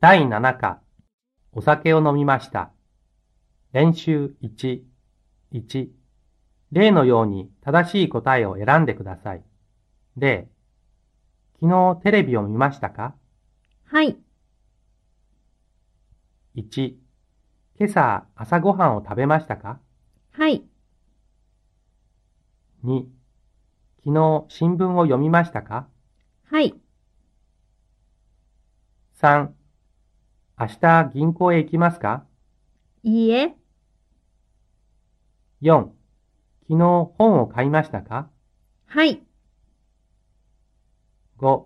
第七課、お酒を飲みました。練習1、1、例のように正しい答えを選んでください。例、昨日テレビを見ましたかはい、 ?1、今朝朝ごはんを食べましたかはい、 ?2、昨日新聞を読みましたかはい、 ?3、明日銀行へ行きますかいいえ、 ?4、昨日本を買いましたかはい、 ?5、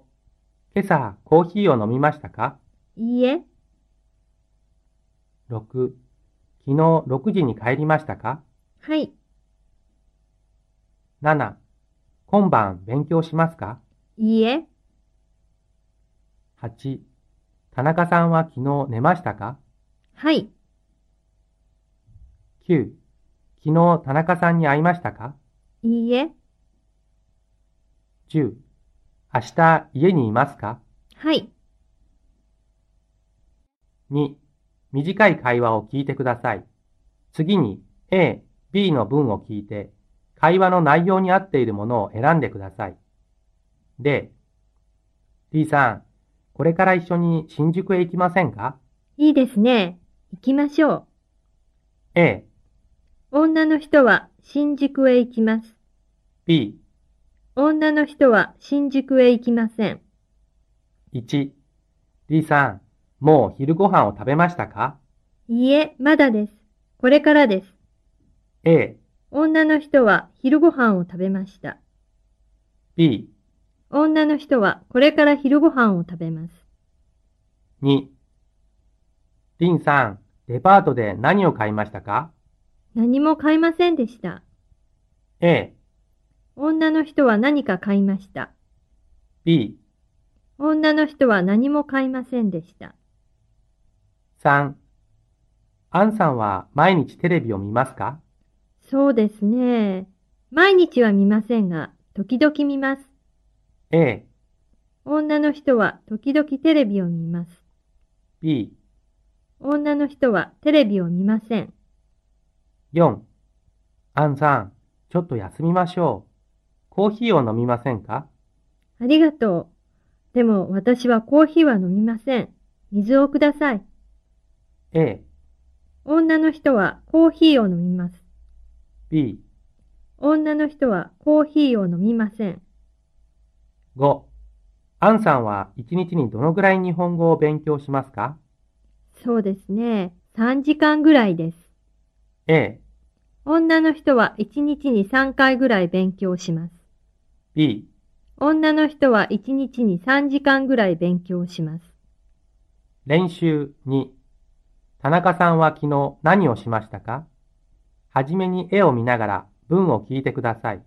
今朝コーヒーを飲みましたかいいえ、 6昨日6時に帰りましたかはい、 ?7 今晩勉強しますかいいえ、 ?8 田中さんは昨日寝ましたかはい、 ?9 昨日田中さんに会いましたかいいえ、 ?10 明日家にいますかはい、 ?2 短い会話を聞いてください。次に A、B の文を聞いて会話の内容に合っているものを選んでください。で、D さん、これから一緒に新宿へ行きませんかいいですね。行きましょ ?A、う。女の人は新宿へ行きます。 B、女の人は新宿へ行きません。 1、D さん、もう昼ご飯を食べましたかいいえ、まだです。これからです。 ?A、女の人は昼ご飯を食べました。 B、女の人はこれから昼ご飯を食べます。 2。リンさん、デパートで何を買いましたか何も買いませんでした。 ?A、女の人は何か買いました。 B、女の人は何も買いませんでした。 3。アンさんは毎日テレビを見ますかそうですね。毎日は見ませんが、時々見ます。 ?A、女の人は時々テレビを見ます。 B、女の人はテレビを見ません。 4。アンさん、ちょっと休みましょう。コーヒーを飲みませんかありがとう。でも私はコーヒーは飲みません。水をください。 ?A、女の人はコーヒーを飲みます。 B、女の人はコーヒーを飲みません。 5。アンさんは1日にどのぐらい日本語を勉強しますかそうですね。3時間ぐらいです。 ?A、女の人は1日に3回ぐらい勉強します。 B、女の人は1日に3時間ぐらい勉強します。練習2。田中さんは昨日何をしましたかはじめに絵を見ながら文を聞いてください。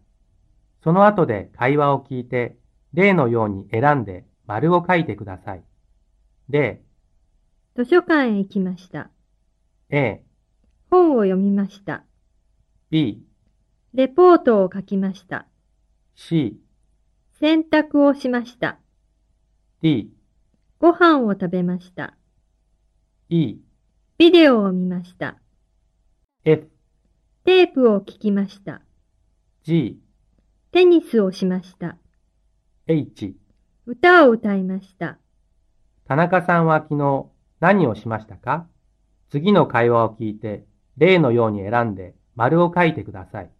その後で会話を聞いて、例のように選んで丸を書いてください。例、図書館へ行きました。 A、本を読みました。 B、レポートを書きました。 C、洗濯をしました。 D、ご飯を食べました。 E、ビデオを見ました。 F、テープを聞きました。 G、テニスをしました。 H。歌を歌いました。田中さんは昨日何をしましたか次の会話を聞いて、例のように選んで丸を書いてください。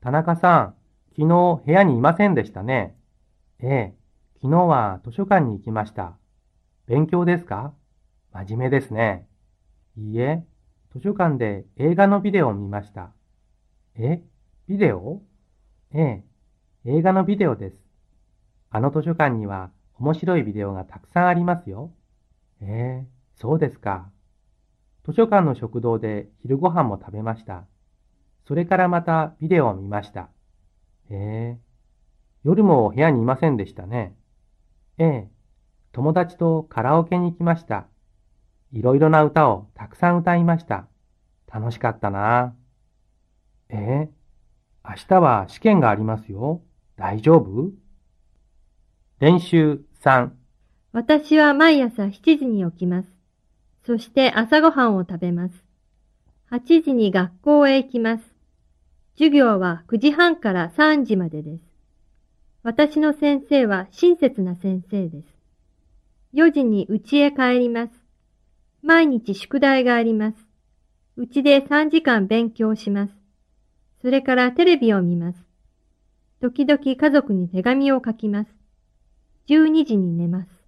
田中さん、昨日部屋にいませんでしたね。ええ、昨日は図書館に行きました。勉強ですか真面目ですね。いいえ、図書館で映画のビデオを見ました。え、ビデオええ、映画のビデオです。あの図書館には面白いビデオがたくさんありますよ。ええ、そうですか。図書館の食堂で昼ご飯も食べました。それからまたビデオを見ました。ええ、夜も部屋にいませんでしたね。ええ、友達とカラオケに行きました。いろいろな歌をたくさん歌いました。楽しかったなあ。ええ、明日は試験がありますよ。大丈夫練習3私は毎朝7時に起きます。そして朝ごはんを食べます。8時に学校へ行きます。授業は9時半から3時までです。私の先生は親切な先生です。4時に家へ帰ります。毎日宿題があります。うちで3時間勉強します。それからテレビを見ます。時々家族に手紙を書きます。12時に寝ます。